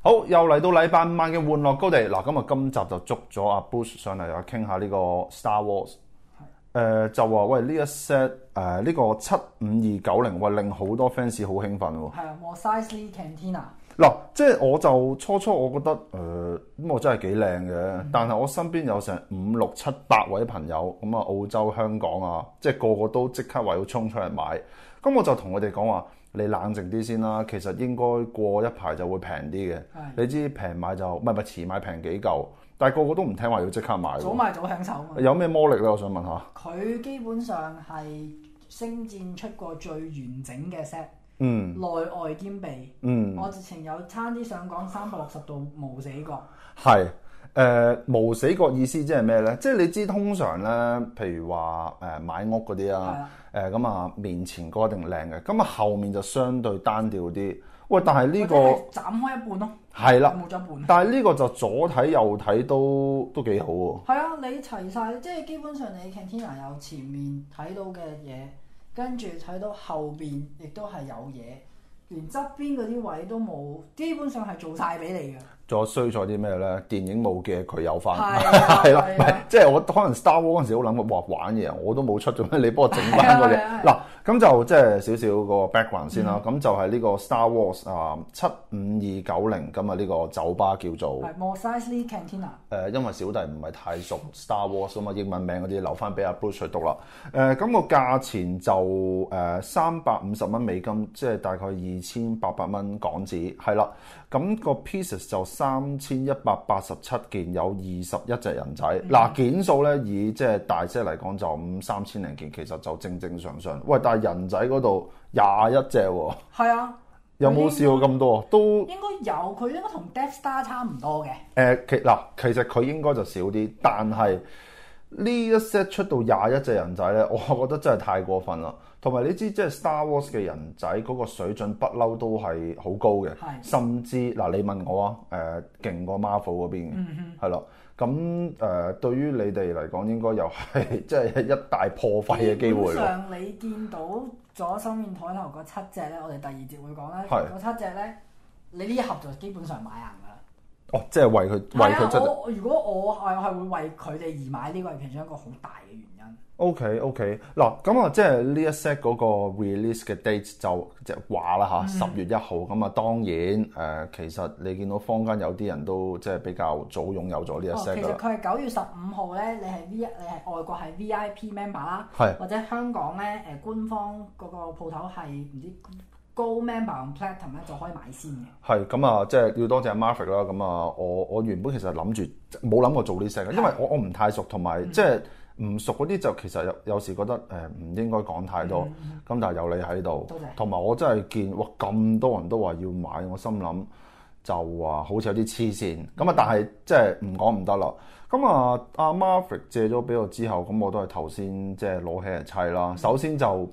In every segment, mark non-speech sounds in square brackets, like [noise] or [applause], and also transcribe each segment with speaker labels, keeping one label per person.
Speaker 1: 好，又嚟到禮拜五晚嘅玩樂高地嗱，咁啊今集就捉咗阿 Bush 上嚟啊，傾下呢個 Star Wars。誒、就話喂呢一 set 誒、呢、個七五二九零，喂令好多 fans 好興奮喎。
Speaker 2: 係啊，我 Size Cantina
Speaker 1: 嗱，即係我就初初我覺得誒，呃咁、我真係幾靚嘅，但係我身邊有成五六七百位朋友，咁啊澳洲、香港啊，即係個個都即刻話要衝出嚟買，咁我就同佢哋講話，你冷靜啲先啦，其實應該過一排就會平啲嘅，你知平買就唔係唔係遲買平幾嚿，但係個個都唔聽話要即刻買
Speaker 2: 早
Speaker 1: 喎，
Speaker 2: 買早享受啊嘛。
Speaker 1: 有咩魔力咧？我想問下，
Speaker 2: 佢基本上係星戰出過最完整嘅 set，
Speaker 1: 嗯
Speaker 2: 內外兼備。
Speaker 1: 嗯。
Speaker 2: 我直情有差啲想講三百六十度無死角，
Speaker 1: 係誒、呃、無死角意思即係咩咧？即係你知通常咧，譬如話誒、買屋嗰啲
Speaker 2: 係
Speaker 1: 啊
Speaker 2: 啊，
Speaker 1: 誒咁啊面前嗰一定靚嘅，咁啊後面就相對單調啲。喂，但係呢、
Speaker 2: 或者
Speaker 1: 個
Speaker 2: 係斬開一半咯，
Speaker 1: 係啦，
Speaker 2: 冇咗一半。
Speaker 1: 但係呢個就左睇右睇都都幾好喎。
Speaker 2: 係啊，你齊晒，即係基本上你 Cantina 有前面睇到嘅嘢，跟住睇到後邊亦都係有嘢，連側邊嗰啲位都冇，基本上係做晒俾你嘅。
Speaker 1: 仲有衰在啲咩咧？電影冇嘅佢有翻，
Speaker 2: 係啊
Speaker 1: [laughs] 係啦，
Speaker 2: 係啊
Speaker 1: 唔係即係我可能 Star War 嗰陣時好諗過，哇玩嘢我都冇出做咩，你幫我整翻個嘢
Speaker 2: 係啊係嗯
Speaker 1: 嗱，咁就即係少少個 background 先啦。咁就係呢個 Star Wars 啊七五二九零，咁啊呢個酒吧叫做
Speaker 2: 係 m o s i z e Cantina。
Speaker 1: 誒，呃因為小弟唔係太熟 Star Wars 啊嘛，英文名嗰啲留翻俾阿 Bruce 去讀啦。誒、咁、個價錢就誒三百五十蚊美金，即係大概二千八百蚊港紙，係啦。咁、個 pieces 就三千一百八十七件，有二十一隻人仔。嗱、件數咧以即係大些嚟講就五三千零件，其實就正正常常。喂，但係人仔嗰度廿一隻喎，
Speaker 2: 係啊，
Speaker 1: 有冇試過咁多？都
Speaker 2: 應該有，佢應該同 Death Star 差唔多嘅。
Speaker 1: 誒、呃其嗱，其實佢應該就少啲，但係呢一 set 出到廿一隻人仔咧， [laughs] 我覺得真係太過分啦。同埋你知即係 Star Wars 嘅人仔嗰個水準不嬲都係好高嘅，
Speaker 2: 係
Speaker 1: 甚至嗱你問我啊，誒、勁過 Marvel 嗰邊
Speaker 2: 嗯
Speaker 1: 嘅，係咯、咁誒、呃對於你哋嚟講應該又係 [laughs] 即係一大破費嘅機會
Speaker 2: 基本
Speaker 1: 咯。
Speaker 2: 上你見到左手面台頭嗰七隻咧，我哋第二節會講啦。
Speaker 1: 係
Speaker 2: 嗰七隻咧，你呢一盒就基本上買硬㗎啦。
Speaker 1: 哦，即係為佢為佢出
Speaker 2: 係啊，我如果我係係會為佢哋而買呢個係其中一個好大嘅原因。
Speaker 1: O K O K 嗱，咁啊，即係呢一 set 嗰個 release 嘅 date 就即係話
Speaker 2: 嗯
Speaker 1: 啦嚇，十月一號咁啊，當然誒、呃其實你見到坊間有啲人都即係比較早擁有咗呢一
Speaker 2: 哦，其
Speaker 1: set 噶
Speaker 2: 實
Speaker 1: 啦，
Speaker 2: 佢係九月十五號咧，你係 V 你係外國係 V I P member 啦，
Speaker 1: 係
Speaker 2: 或者香港咧誒官方嗰個鋪頭係唔知高 member 同 platinum 咧就可以買先嘅。
Speaker 1: 係咁啊，即係要多謝 Marvick 啦。咁啊，我我原本其實諗住冇諗過做呢 set 嘅，因為我我唔太熟，同
Speaker 2: 嗯
Speaker 1: 埋即係唔熟嗰啲就其實有有時覺得誒唔、應該講太多。咁、但係有你喺度
Speaker 2: 嗯多謝，
Speaker 1: 同埋我真係見哇咁多人都話要買，我心諗。就話好似有啲黐線咁啊，但係即係唔講唔得啦。咁啊，阿 Marvick 借咗俾我之後，咁我都係頭先即係攞起嚟砌啦。首先就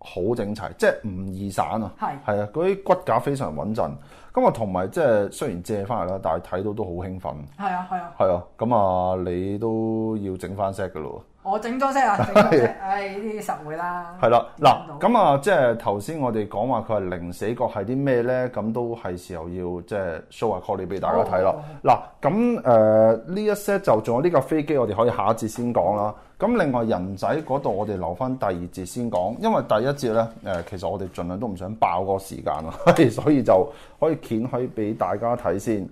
Speaker 1: 好整齊，即係唔易散啊。
Speaker 2: 係
Speaker 1: 係啊，嗰啲骨架非常穩陣。咁啊，同埋即係雖然借翻嚟啦，但係睇到都好興奮。
Speaker 2: 係啊，係啊。
Speaker 1: 係啊，咁啊，你都要整翻 set 嘅咯
Speaker 2: 我整咗
Speaker 1: [laughs]
Speaker 2: 啫啊，整咗啫，唉，呢啲實會啦
Speaker 1: 喎。。係啦，嗱，
Speaker 2: 聽
Speaker 1: 咁啊，即係頭先我哋講話佢係零死角係啲咩咧？咁都係時候要即係 show 下 c a l l 俾大家睇啦。嗱，咁誒呃呢一 set 就仲有呢架飛機，我哋可以下一節先講啦。咁另外人仔嗰度，我哋留翻第二節先講，因為第一節咧誒、其實我哋盡量都唔想爆個時間啊， [laughs] 所以就可以掀開俾大家睇先。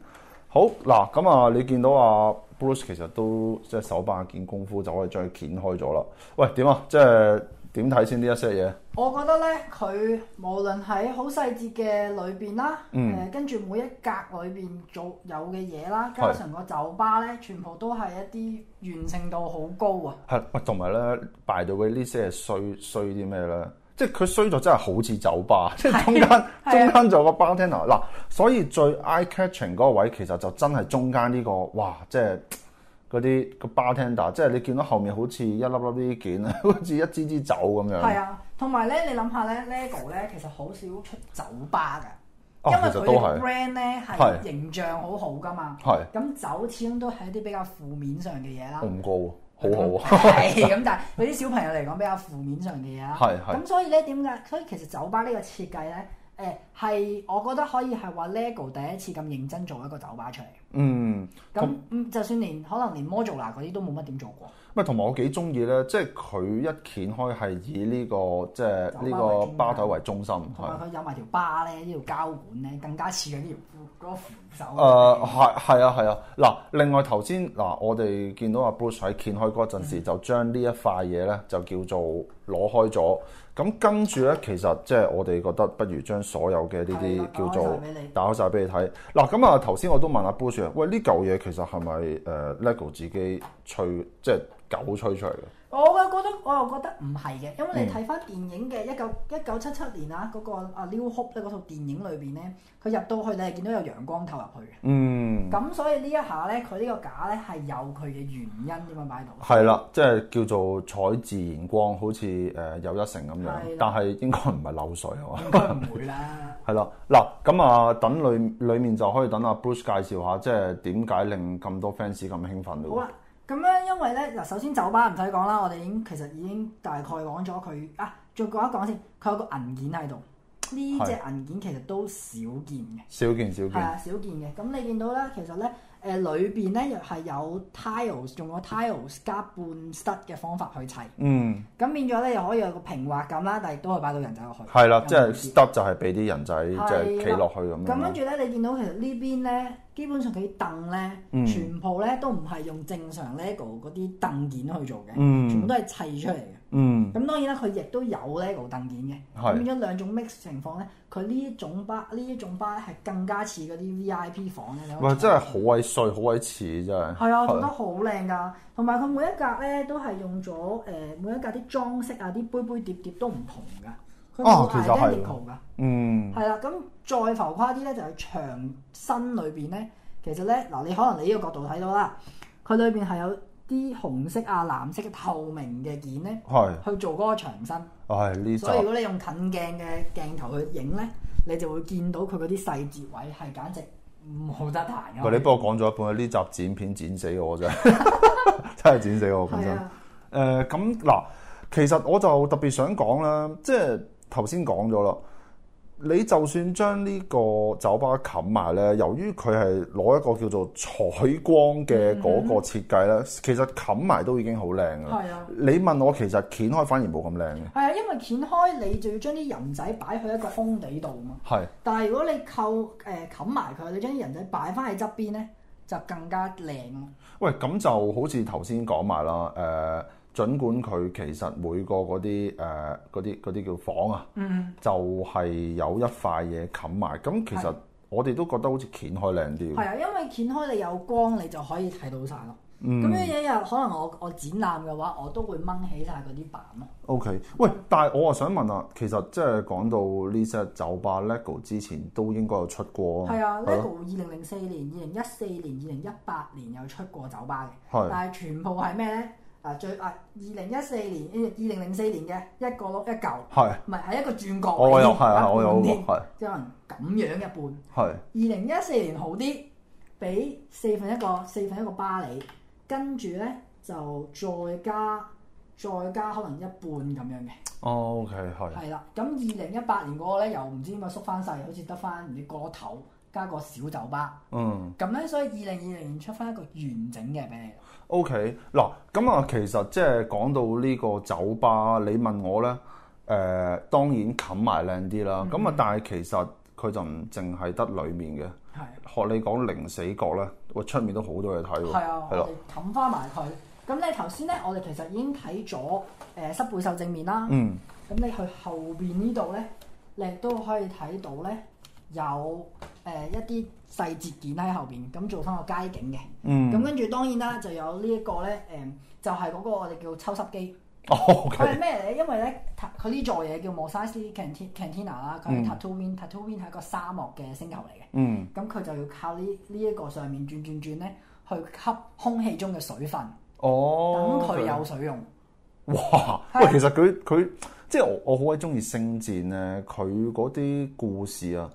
Speaker 1: 好嗱，咁啊，你見到啊 Bruce 其實都即係手把件功夫就可以將佢掀開咗啦。喂，點啊？即係點睇先呢一 set 嘢？
Speaker 2: 我覺得咧，佢無論喺好細節嘅裏邊啦，
Speaker 1: 嗯
Speaker 2: 誒跟住每一格裏邊做有嘅嘢啦，加上個酒吧咧，全部都係一啲完成度好高啊！
Speaker 1: 係喂，同埋咧，by the way 呢些係衰衰啲咩咧？即係佢衰咗真係好似酒 [laughs] 吧，即係中間中間仲有個 bartender 嗱，所以最 eye catching 嗰個位其實就真係中間呢、個，哇！即係嗰啲個 bartender，即係你見到後面好似一粒粒啲件啊， [laughs] 好似一支支酒咁樣。
Speaker 2: 係啊，同埋咧，你諗下咧，LEGO 咧其實好少出酒吧
Speaker 1: 哦
Speaker 2: 㗎，因為
Speaker 1: 其實
Speaker 2: 佢
Speaker 1: 都
Speaker 2: 哋
Speaker 1: 係
Speaker 2: 個 brand 咧
Speaker 1: 係
Speaker 2: 係形象好好㗎嘛。
Speaker 1: 係，嗯
Speaker 2: 咁酒始終都係一啲比較負面上嘅嘢啦
Speaker 1: 我。唔過喎，好好啊喎。 [laughs]
Speaker 2: 係咁，但係對啲小朋友嚟講比較負面上嘅嘢啦。啊
Speaker 1: 係係
Speaker 2: 咁所以咧點解？所以其實酒吧呢個設計咧，誒係，我覺得可以係話 LEGO 第一次咁認真做一個酒吧出嚟。
Speaker 1: 嗯，
Speaker 2: 咁嗯就算連可能連 Modula 嗰啲都冇乜點做過。
Speaker 1: 咪同埋我幾中意咧，即係佢一掀開係以呢、個即係呢個吧台為中心，
Speaker 2: 同埋
Speaker 1: 係
Speaker 2: 佢有埋條巴咧，呢條膠管咧，更加似咗呢條嗰個扶手。
Speaker 1: 誒係係啊係啊嗱，另外頭先嗱，我哋見到阿 Bruce 喺掀開嗰陣
Speaker 2: 嗯
Speaker 1: 時，就將呢一塊嘢咧就叫做攞開咗。咁跟住咧，其實即係我哋覺得不如將所有嘅呢
Speaker 2: 係啦
Speaker 1: 啲叫
Speaker 2: 打開
Speaker 1: 做
Speaker 2: 晒俾你
Speaker 1: 打開晒俾你睇。嗱，咁啊頭先我都問阿 Bruce 啊喂呢嚿嘢其實係咪誒 LEGO 自己吹即係狗吹出嚟嘅？
Speaker 2: 我又覺得我又覺得唔係嘅，因為
Speaker 1: 嗯
Speaker 2: 你睇翻電影嘅一九一九七七年啊嗰、個啊 New Hope 咧嗰套電影裏邊咧，佢入到去你係見到有陽光透入去嘅。
Speaker 1: 嗯。
Speaker 2: 咁所以呢一下咧，佢呢個架咧係有佢嘅原因點解擺喺度。
Speaker 1: [laughs] 係啦，即係叫做採自然光，好似誒有一成咁
Speaker 2: 係啦
Speaker 1: 樣，但係應該唔係漏水係嘛？
Speaker 2: 應該唔會啦。
Speaker 1: 係啦，嗱咁啊，等裏裏面就可以等阿 Bruce 介紹下，即係點解令咁多 fans 咁興奮
Speaker 2: 好
Speaker 1: 咯
Speaker 2: 啦，咁咧因為咧嗱，首先酒吧唔使講啦，我哋已經其實已經大概講咗佢啊，再講一講先，佢有個銀件喺度，呢只銀件其實都少見嘅。
Speaker 1: 喎？少見少
Speaker 2: 係
Speaker 1: 見，
Speaker 2: 啊，少見嘅。咁你見到啦，其實咧，誒裏邊咧又係有 tiles，用個 tiles 加半 stud 嘅方法去砌，
Speaker 1: 嗯，
Speaker 2: 咁變咗咧又可以有個平滑感啦，但係亦都可以擺到人仔落去。
Speaker 1: 係啦，即
Speaker 2: 有
Speaker 1: 係
Speaker 2: 意思
Speaker 1: stop 就係俾啲人仔
Speaker 2: 係啦啊
Speaker 1: 即係企落去咁樣
Speaker 2: 咁跟
Speaker 1: 咯。
Speaker 2: 住咧，你見到其實呢邊咧，基本上佢啲凳咧，
Speaker 1: 嗯
Speaker 2: 全部咧都唔係用正常 LEGO 嗰啲凳件去做嘅，
Speaker 1: 嗯
Speaker 2: 全部都係砌出嚟嘅。
Speaker 1: 嗯，
Speaker 2: 咁當然啦，佢亦都有 LEGO 凳件嘅，
Speaker 1: 係
Speaker 2: 咁變咗兩種 mix 情況咧，佢呢一種巴呢一種巴係更加似嗰啲 VIP 房嘅。你可以
Speaker 1: 哇，
Speaker 2: 坐
Speaker 1: 真係好鬼衰，好鬼似真係。
Speaker 2: 係啊，做得好靚㗎，同埋佢每一格咧都係用咗誒、每一格啲裝飾啊，啲杯杯碟碟都唔同㗎。佢
Speaker 1: 哦
Speaker 2: 冇
Speaker 1: 其實係
Speaker 2: identical 㗎，
Speaker 1: 嗯，
Speaker 2: 係啦。咁再浮誇啲咧，就係牆身裏邊咧，其實咧嗱，你可能你呢個角度睇到啦，佢裏邊係有啲紅色啊、藍色嘅透明嘅件咧，
Speaker 1: 係，
Speaker 2: 去做嗰個牆身。
Speaker 1: 唉呢集
Speaker 2: 所以如果你用近鏡嘅鏡頭去影咧，你就會見到佢嗰啲細節位係簡直冇得彈㗎。
Speaker 1: 喂，你幫我講咗一半，呢集剪片剪死我真係，
Speaker 2: [laughs]
Speaker 1: 真係剪死我講
Speaker 2: 係
Speaker 1: 真。
Speaker 2: 啊。
Speaker 1: 誒呃咁嗱，其實我就特別想講啦，即係頭先講咗啦，你就算將呢個酒吧冚埋咧，由於佢係攞一個叫做採光嘅嗰個設計咧，其實冚埋都已經好靚噶啦。
Speaker 2: 係啊。
Speaker 1: 你問我其實掀開反而冇咁靚嘅，
Speaker 2: 係啊，因為掀開你就要將啲人仔擺去一個空地度嘛。
Speaker 1: 係
Speaker 2: 但係如果你扣誒冚埋佢，你將啲人仔擺翻喺側邊咧，就更加靚咯。
Speaker 1: 喂咁就好似頭先講埋啦，誒、儘管佢其實每個嗰啲誒嗰啲嗰啲叫房啊，
Speaker 2: 嗯，
Speaker 1: 就係有一塊嘢冚埋，咁其實
Speaker 2: 係
Speaker 1: 我哋都覺得好似掀開靚啲喎。
Speaker 2: 係啊，因為掀開你有光，你就可以睇到晒咯。
Speaker 1: 嗯
Speaker 2: 咁樣有一日可能我我展覽嘅話，我都會掹起晒嗰啲板咯。
Speaker 1: O、k 喂，但係我啊想問啊，其實即係講到呢 set 酒吧 LEGO 之前都應該有出過
Speaker 2: 係啊
Speaker 1: 係咯
Speaker 2: ，LEGO 二零零四年、二零一四年、二零一八年有出過酒吧嘅，
Speaker 1: 係
Speaker 2: 但係全部係咩咧？啊最啊二零一四年、呃二零零四年嘅一個碌一嚿，
Speaker 1: 係，
Speaker 2: 唔係係一個轉角位添，
Speaker 1: 我有係啊，
Speaker 2: 一
Speaker 1: 我有
Speaker 2: 半添
Speaker 1: 喎係
Speaker 2: 即係可能咁樣一半。二
Speaker 1: 係
Speaker 2: 零一四年好啲，俾四分一個四分一個巴你，跟住咧就再加再加可能一半咁樣嘅，
Speaker 1: 哦 OK 係
Speaker 2: 係啦。咁二零一八年嗰個咧又唔知點解縮翻晒，好似得翻唔知個頭加個小酒吧。
Speaker 1: 嗯。
Speaker 2: 咁咧，所以二零二零年出翻一個完整嘅俾你。
Speaker 1: O K，嗱咁啊，其實即係講到呢個酒吧，你問我咧，誒、當然冚埋靚啲啦。
Speaker 2: 嗯
Speaker 1: 咁啊、但係其實佢就唔淨係得裡面嘅，
Speaker 2: 係啊
Speaker 1: 學你講零死角咧，喂出面都好多嘢睇喎。
Speaker 2: 係啊，
Speaker 1: 係咯
Speaker 2: 我哋冚翻埋佢。咁咧頭先咧，我哋其實已經睇咗誒濕背獸正面啦。
Speaker 1: 嗯，
Speaker 2: 咁你去後邊呢度咧，你亦都可以睇到咧有誒、呃一啲細節件喺後邊，咁做翻個街景嘅。
Speaker 1: 嗯，
Speaker 2: 咁跟住當然啦，就有呢一個咧誒、就係、嗰個我哋叫抽濕機。
Speaker 1: 哦，O
Speaker 2: 佢
Speaker 1: K，
Speaker 2: 係咩嚟咧？因為咧，塔佢呢座嘢叫 Mosaic Canti- Cantina 啦，佢
Speaker 1: 嗯
Speaker 2: 係 Tatooine，Tatooine 係一個沙漠嘅星球嚟嘅。
Speaker 1: 嗯，
Speaker 2: 咁佢就要靠呢呢一個上面轉轉轉咧，去吸空氣中嘅水分，等
Speaker 1: 哦，
Speaker 2: 佢有水用。
Speaker 1: 哇！喂，
Speaker 2: 係
Speaker 1: 其實佢佢即係我我好鬼中意星戰咧，佢嗰啲故事啊，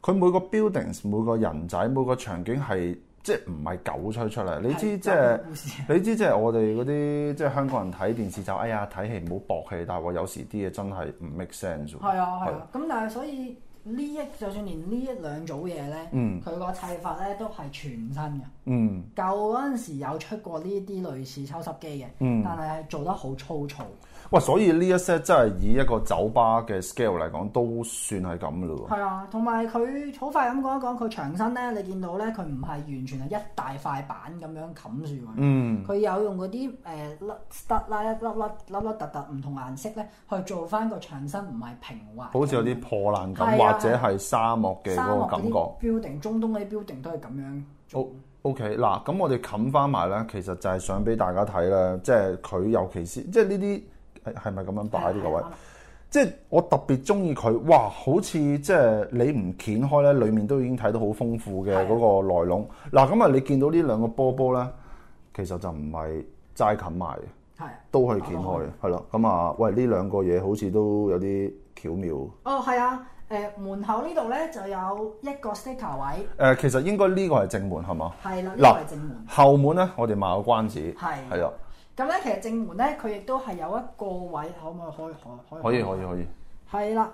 Speaker 1: 佢每個 buildings、每個人仔、每個場景係即係唔係狗吹出嚟？你知
Speaker 2: 係
Speaker 1: 即係
Speaker 2: 有故事
Speaker 1: 你知即係我哋嗰啲即係香港人睇電視就哎呀睇戲唔好搏戲，但係話有時啲嘢真係唔 make sense 喎。
Speaker 2: 係啊，係
Speaker 1: 係
Speaker 2: 啊。咁但係所以呢一就算連呢一兩組嘢咧，
Speaker 1: 嗯
Speaker 2: 佢個砌法咧都係全新嘅。
Speaker 1: 嗯
Speaker 2: 舊嗰陣時有出過呢啲類似抽濕機嘅，
Speaker 1: 嗯
Speaker 2: 但係係做得好粗糙。
Speaker 1: 哇！所以呢一 set 真係以一個酒吧嘅 scale 嚟講，都算係咁嘅咯喎。
Speaker 2: 係啊，同埋佢好快咁講一講，佢長身咧，你見到咧，佢唔係完全係一大塊板咁樣冚住佢，
Speaker 1: 嗯
Speaker 2: 佢、有用嗰啲誒粒得啦，一粒粒粒粒突突唔同顏色咧，去做翻個長身唔係平滑。
Speaker 1: 好似有啲破爛感，
Speaker 2: 係啊
Speaker 1: 或者係沙漠嘅
Speaker 2: 沙
Speaker 1: 嗰個
Speaker 2: 漠
Speaker 1: 感
Speaker 2: 嗰
Speaker 1: 覺。
Speaker 2: 啲 building，中東嗰啲 building 都係咁樣做。
Speaker 1: O O K 哦嗱，咁我哋冚翻埋咧，其實就係想俾大家睇咧，即係佢尤其是即係呢啲係係咪咁樣擺呢個位
Speaker 2: 係？啊
Speaker 1: 即係我特別中意佢，哇！好似即係你唔掀開咧，裡面都已經睇到好豐富嘅
Speaker 2: 係啊
Speaker 1: 嗰個內籠。嗱，咁啊，你見到呢兩個波波咧，其實就唔係齋冚埋嘅，
Speaker 2: 係啊
Speaker 1: 都係掀開嘅，係啦。咁啊，喂，呢兩個嘢好似都有啲巧妙。誒、
Speaker 2: 哦，係啊，誒、門口呢度咧就有一個 sticker 位，
Speaker 1: 呃其實應該呢個係正門係嘛？
Speaker 2: 係啦，呢個
Speaker 1: 嗱
Speaker 2: 係正門，
Speaker 1: 後門咧，我哋賣個關子，
Speaker 2: 係。
Speaker 1: 係啊啦，
Speaker 2: 咁咧，其實正門咧，佢亦都係有一個位，可唔可以可
Speaker 1: 可以
Speaker 2: 以可
Speaker 1: 可以可以。
Speaker 2: 係啦。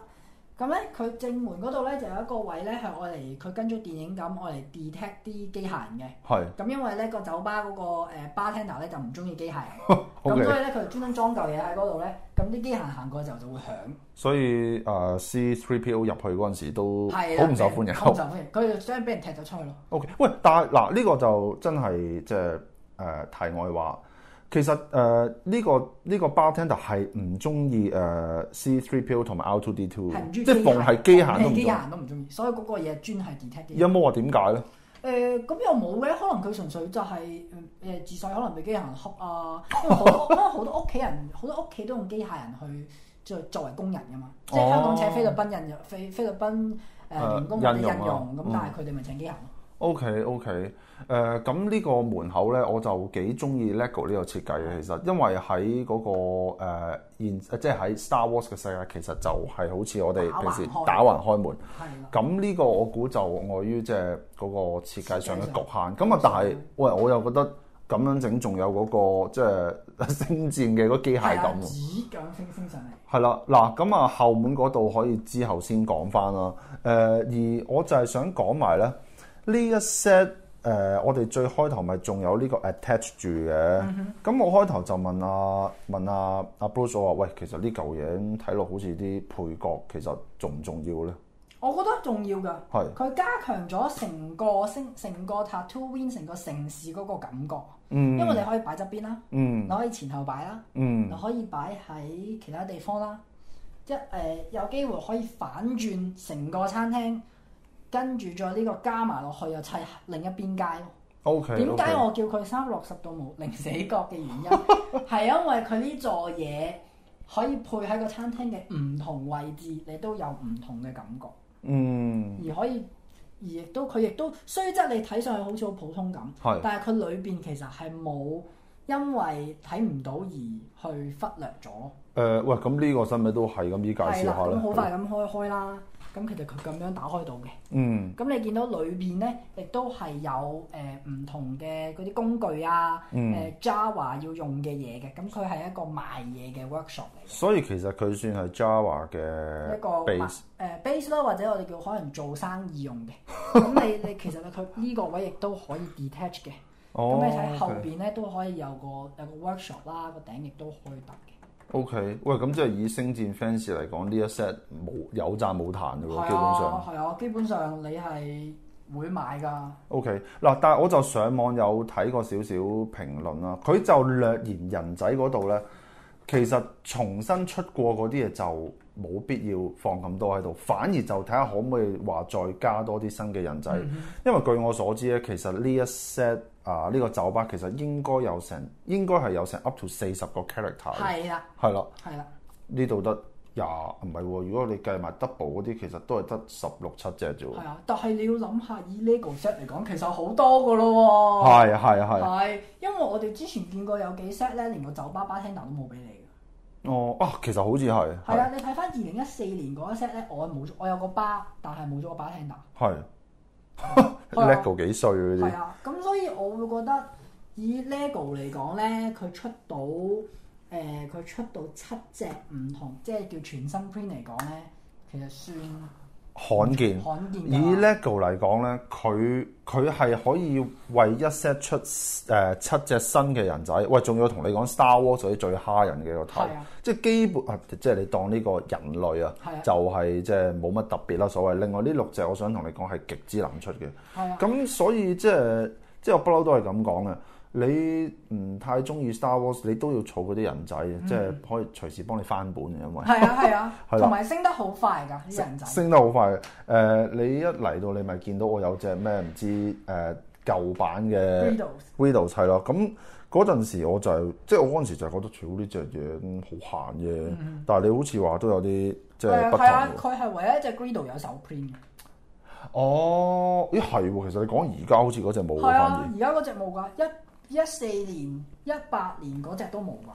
Speaker 2: 咁咧，佢正門嗰度咧就有一個位咧，係我嚟佢跟咗電影咁，我嚟 detect 啲機械人嘅。
Speaker 1: 係
Speaker 2: 咁因為咧個酒吧嗰個誒 bartender 咧就唔中意機械人，咁所
Speaker 1: [laughs]
Speaker 2: 以
Speaker 1: 哦，OK。
Speaker 2: 咧佢就專登裝嚿嘢喺嗰度咧，咁啲機械人行過嘅時候就會響，
Speaker 1: 所以誒 C three PO 入去嗰陣時都
Speaker 2: 係啊
Speaker 1: 好唔受歡迎。
Speaker 2: 好唔受歡迎，佢就將俾人踢咗出去咯。
Speaker 1: O、k 喂，但係嗱呢個就真係即係誒題外話。其實誒呢、個呢、個 bartender 係唔中意誒 C three PO 同埋 R two D two，
Speaker 2: 係唔中
Speaker 1: 嗯即
Speaker 2: 意
Speaker 1: 係逢係機械都唔
Speaker 2: 機
Speaker 1: 中
Speaker 2: 械。人都唔中意，所以嗰個嘢專係 detect 嘅。
Speaker 1: 有冇話點解咧？
Speaker 2: 誒咁又冇嘅，可能佢純粹就係誒誒自細可能俾機械人恰啊，因為好多
Speaker 1: [laughs]
Speaker 2: 因為好多屋企人好多屋企都用機械人去作作為工人噶嘛，即係香港請菲律賓人入菲菲律賓誒
Speaker 1: 誒
Speaker 2: 員工或者印
Speaker 1: 印傭啊
Speaker 2: 傭咁
Speaker 1: 嗯，
Speaker 2: 但係佢哋咪請機械人咯。
Speaker 1: O K O K，誒呃咁呢個門口咧，我就幾中意 LEGO 呢個設計嘅，其實因為喺嗰、個誒、呃、現即係喺 Star Wars 嘅世界，其實就係好似我哋平時打
Speaker 2: 打
Speaker 1: 橫開門。
Speaker 2: 係啦，
Speaker 1: 咁呢個我估就礙於即係嗰個設計上嘅局限。
Speaker 2: 上
Speaker 1: 咁啊，但係喂，我又覺得咁樣整仲有嗰、個即係 [laughs] 星戰嘅嗰機械
Speaker 2: 係啊
Speaker 1: 感，喎。
Speaker 2: 紙咁升升上嚟。
Speaker 1: 係啦，嗱咁啊，後門嗰度可以之後先講翻啦。誒、而我就係想講埋咧，呢一 set 誒、我哋最開頭咪仲有呢個 attach 住嘅。
Speaker 2: 嗯
Speaker 1: 咁、我開頭就問啊問啊阿 Bruce 我話：喂，其實呢嚿嘢睇落好似啲配角，其實重唔重要咧？
Speaker 2: 我覺得重要㗎，
Speaker 1: 係。
Speaker 2: 佢加強咗成個星成個 Tatooine 成個城市嗰個感覺，
Speaker 1: 嗯
Speaker 2: 因為你可以擺側邊啦，
Speaker 1: 嗯
Speaker 2: 你可以前後擺啦。
Speaker 1: 嗯。
Speaker 2: 你可以擺喺其他地方啦。一誒、呃有機會可以反轉成個餐廳，跟住再呢個加埋落去又砌另一邊街咯。
Speaker 1: O K，
Speaker 2: 點解我叫佢三百六十度無 [laughs] 零死角嘅原
Speaker 1: [laughs]
Speaker 2: 因，係因為佢呢座嘢可以配喺個餐廳嘅唔同位置，你都有唔同嘅感覺，
Speaker 1: 嗯
Speaker 2: 而可以而亦都佢亦都雖則你睇上去好似好普通咁。
Speaker 1: 係
Speaker 2: 但係佢裏邊其實係冇因為睇唔到而去忽略咗，
Speaker 1: 誒喂，咁呢個新聞都係咁依介紹
Speaker 2: 係啦，
Speaker 1: 下
Speaker 2: 咁好
Speaker 1: 啦。
Speaker 2: 快咁開開啦。咁其實佢咁樣打開到嘅，
Speaker 1: 嗯
Speaker 2: 咁你見到裏邊咧，亦都係有誒唔、同嘅嗰啲工具啊，誒、
Speaker 1: 嗯，
Speaker 2: Java 要用嘅嘢嘅，咁佢係一個賣嘢嘅 workshop 嚟嘅，
Speaker 1: 所以其實佢算係 Java 嘅
Speaker 2: 一個
Speaker 1: 呃 base。
Speaker 2: 誒、base 啦，或者我哋叫可能做生意用嘅。 [laughs] 咁你你其實佢呢個位亦都可以 detach 嘅，
Speaker 1: 哦
Speaker 2: 咁、你睇後邊咧都可以有個有個 workshop 啦，個頂亦都可以搭嘅。
Speaker 1: O K，喂，咁即係以星戰 fans 嚟講，呢一 set 冇有讚冇彈嘅
Speaker 2: 係
Speaker 1: 喎，基本上啊
Speaker 2: 啊。，係啊，基本上你係會買㗎。
Speaker 1: O K，嗱，但係我就上網有睇過少少評論啦，佢就略言人仔嗰度咧，其實重新出過嗰啲嘢就冇必要放咁多喺度，反而就睇下可唔可以話再加多啲新嘅人仔，
Speaker 2: 嗯
Speaker 1: 因為據我所知咧，其實呢一 set 啊呢、個酒吧其實應該有成應該係有成 up to 四十個 character，嘅
Speaker 2: 係啦，
Speaker 1: 係啦，
Speaker 2: 係啦，
Speaker 1: 呢度得廿唔係喎，如果你計埋 double 嗰啲，其實都係得十六七隻啫
Speaker 2: 係
Speaker 1: 喎，
Speaker 2: 啊。但係你要諗下，以 LEGO set 嚟講，其實好多㗎咯喎。
Speaker 1: 係係係。
Speaker 2: 係，哦因為我哋之前見過有幾 set 咧，連個酒吧 bartender 都冇俾你嘅。
Speaker 1: 哦，啊，其實好似係，
Speaker 2: 係啊，你睇翻二零一四年嗰一 set 咧，我冇咗，我有個 bar，但係冇咗個 bartender。
Speaker 1: 係
Speaker 2: 係啊
Speaker 1: [laughs] lego 幾歲嗰
Speaker 2: 係
Speaker 1: 啲，
Speaker 2: 啊，咁所以我會覺得以 LEGO 嚟講咧，佢出到誒佢、出到七隻唔同，即係叫全新 print 嚟講咧，其實算
Speaker 1: 罕見。
Speaker 2: 罕見
Speaker 1: 以
Speaker 2: 㗎
Speaker 1: LEGO 嚟講咧，佢佢係可以為一 set 出誒、呃七隻新嘅人仔，喂，仲要同你講 Star Wars 嗰啲最蝦人嘅個頭
Speaker 2: 係啊，
Speaker 1: 即係基本啊，即係你當呢個人類啊
Speaker 2: 係啊，
Speaker 1: 就係即係冇乜特別啦，所謂。另外呢六隻，我想同你講係極之難出嘅。
Speaker 2: 係啊，
Speaker 1: 咁所以即係即係我不嬲都係咁講嘅。你唔太中意 Star Wars，你都要儲嗰啲人仔，
Speaker 2: 嗯
Speaker 1: 即係可以隨時幫你翻本嘅，因為。
Speaker 2: 係啊，係啊，
Speaker 1: [laughs] 係啦
Speaker 2: 同埋升得好快㗎啲人仔，
Speaker 1: 升得好快嘅。誒、你一嚟到你咪見到我有隻咩唔知誒、舊版嘅
Speaker 2: Riddles
Speaker 1: Windows 係咯，咁嗰陣時我就係、即係我嗰陣時就係覺得，屌呢隻嘢好閒嘅，但係你好似話都有啲即係不同
Speaker 2: 嗯係啊，
Speaker 1: 喎。
Speaker 2: 佢係唯一一隻 Greedo 有手 print 嘅，
Speaker 1: 哦，咦係喎，其實你講而家好似嗰隻冇喎
Speaker 2: 係
Speaker 1: 反
Speaker 2: 啊
Speaker 1: 而，。
Speaker 2: 而家嗰只冇㗎，一一四年、一八年嗰只都冇㗎，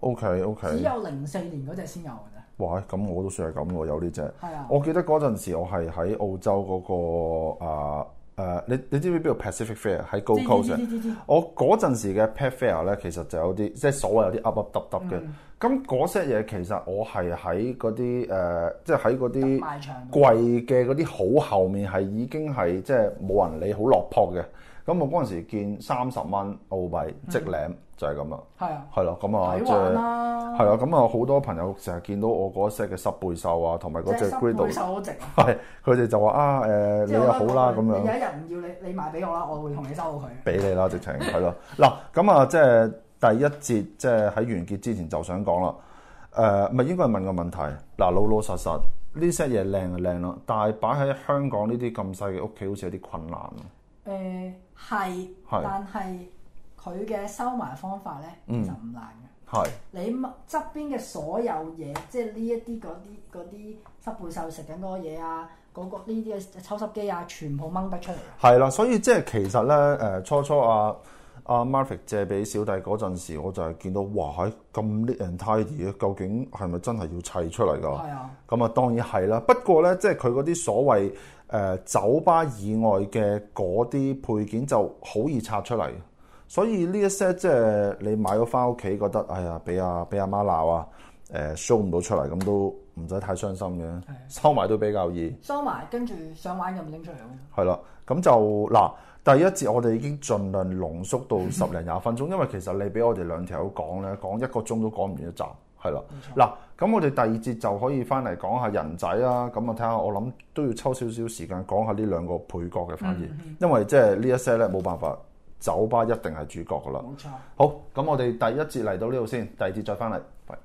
Speaker 1: O K O K，
Speaker 2: 只有零四年嗰只先有㗎
Speaker 1: 哇！咁我都算係咁喎，有呢隻。
Speaker 2: 啫，係啊，
Speaker 1: 我記得嗰陣時我係喺澳洲嗰、個啊誒你你知唔知邊度 Pacific Fair 喺 Gold
Speaker 2: 知
Speaker 1: Coast 啊
Speaker 2: 知知知知，
Speaker 1: 我嗰陣時嘅 pet fair 咧，其實就有啲即係所謂有啲噏噏揼揼嘅。
Speaker 2: 嗯
Speaker 1: 咁嗰 set 嘢其實我係喺嗰啲誒，即係喺嗰啲
Speaker 2: 賣場㗎
Speaker 1: 櫃嘅嗰啲好後面係已經係即係冇人理，好落魄嘅。咁我嗰陣時見三十蚊澳幣即領就係咁啦，
Speaker 2: 係啊，
Speaker 1: 係咯，咁啊
Speaker 2: 抵
Speaker 1: 即
Speaker 2: 嗯玩
Speaker 1: 係
Speaker 2: 啦，
Speaker 1: 係啦，咁啊好多朋友成日見到我嗰 set 嘅濕背獸啊，同埋嗰
Speaker 2: 即
Speaker 1: 只
Speaker 2: 係心
Speaker 1: Griddle，
Speaker 2: 背手好值啊！
Speaker 1: 係佢哋就話啊誒你
Speaker 2: 即係
Speaker 1: 又
Speaker 2: 我
Speaker 1: 好
Speaker 2: 覺得
Speaker 1: 啦咁
Speaker 2: 你
Speaker 1: 樣。
Speaker 2: 有一日唔要你，你賣俾我啦，我會同你收好佢。
Speaker 1: 俾你啦，直情係咯。嗱，咁啊，即係第一節，即係喺完結之前就想講啦。誒、咪應該係問個問題。嗱，老老實實呢 set 嘢靚就靚啦，但係擺喺香港呢啲咁細嘅屋企，好似有啲困難啊。
Speaker 2: 誒呃係，
Speaker 1: 係
Speaker 2: 但係佢嘅收埋方法咧就
Speaker 1: 嗯
Speaker 2: 唔難嘅。
Speaker 1: 係
Speaker 2: 你乜側邊嘅所有嘢，即係呢一啲嗰啲嗰啲濕背獸食緊嗰個嘢啊，嗰、個呢啲嘅抽濕機啊，全部掹得出嚟。
Speaker 1: 係啦，所以即係其實咧，誒、初初啊。阿 Marvick 借俾小弟嗰陣時，我就係見到哇，喺咁 neat and tidy 嘅，究竟係咪真係要砌出嚟㗎？
Speaker 2: 係啊，
Speaker 1: 咁啊，當然係啦。不過咧，即係佢嗰啲所謂誒、呃酒吧以外嘅嗰啲配件就好易拆出嚟，所以呢一 set 即係你買咗翻屋企，覺得哎呀，俾阿俾阿媽鬧啊，誒、show 唔到出嚟，咁都唔使太傷心嘅，收埋都比較易。
Speaker 2: 收埋跟住想玩就唔拎出嚟咯。
Speaker 1: 係啦，咁就嗱，第一節我哋已經盡量濃縮到十零廿分鐘，因為其實你俾我哋兩條友講咧，講一個鐘都講唔完一集，係啦。嗱，咁我哋第二節就可以翻嚟講下人仔啦，咁啊睇下，我諗都要抽少少時間講下呢兩個配角嘅反而，因為即係呢一些咧冇辦法，酒吧一定係主角噶啦。
Speaker 2: 冇錯。
Speaker 1: 好，咁我哋第一節嚟到呢度先，第二節再翻嚟。拜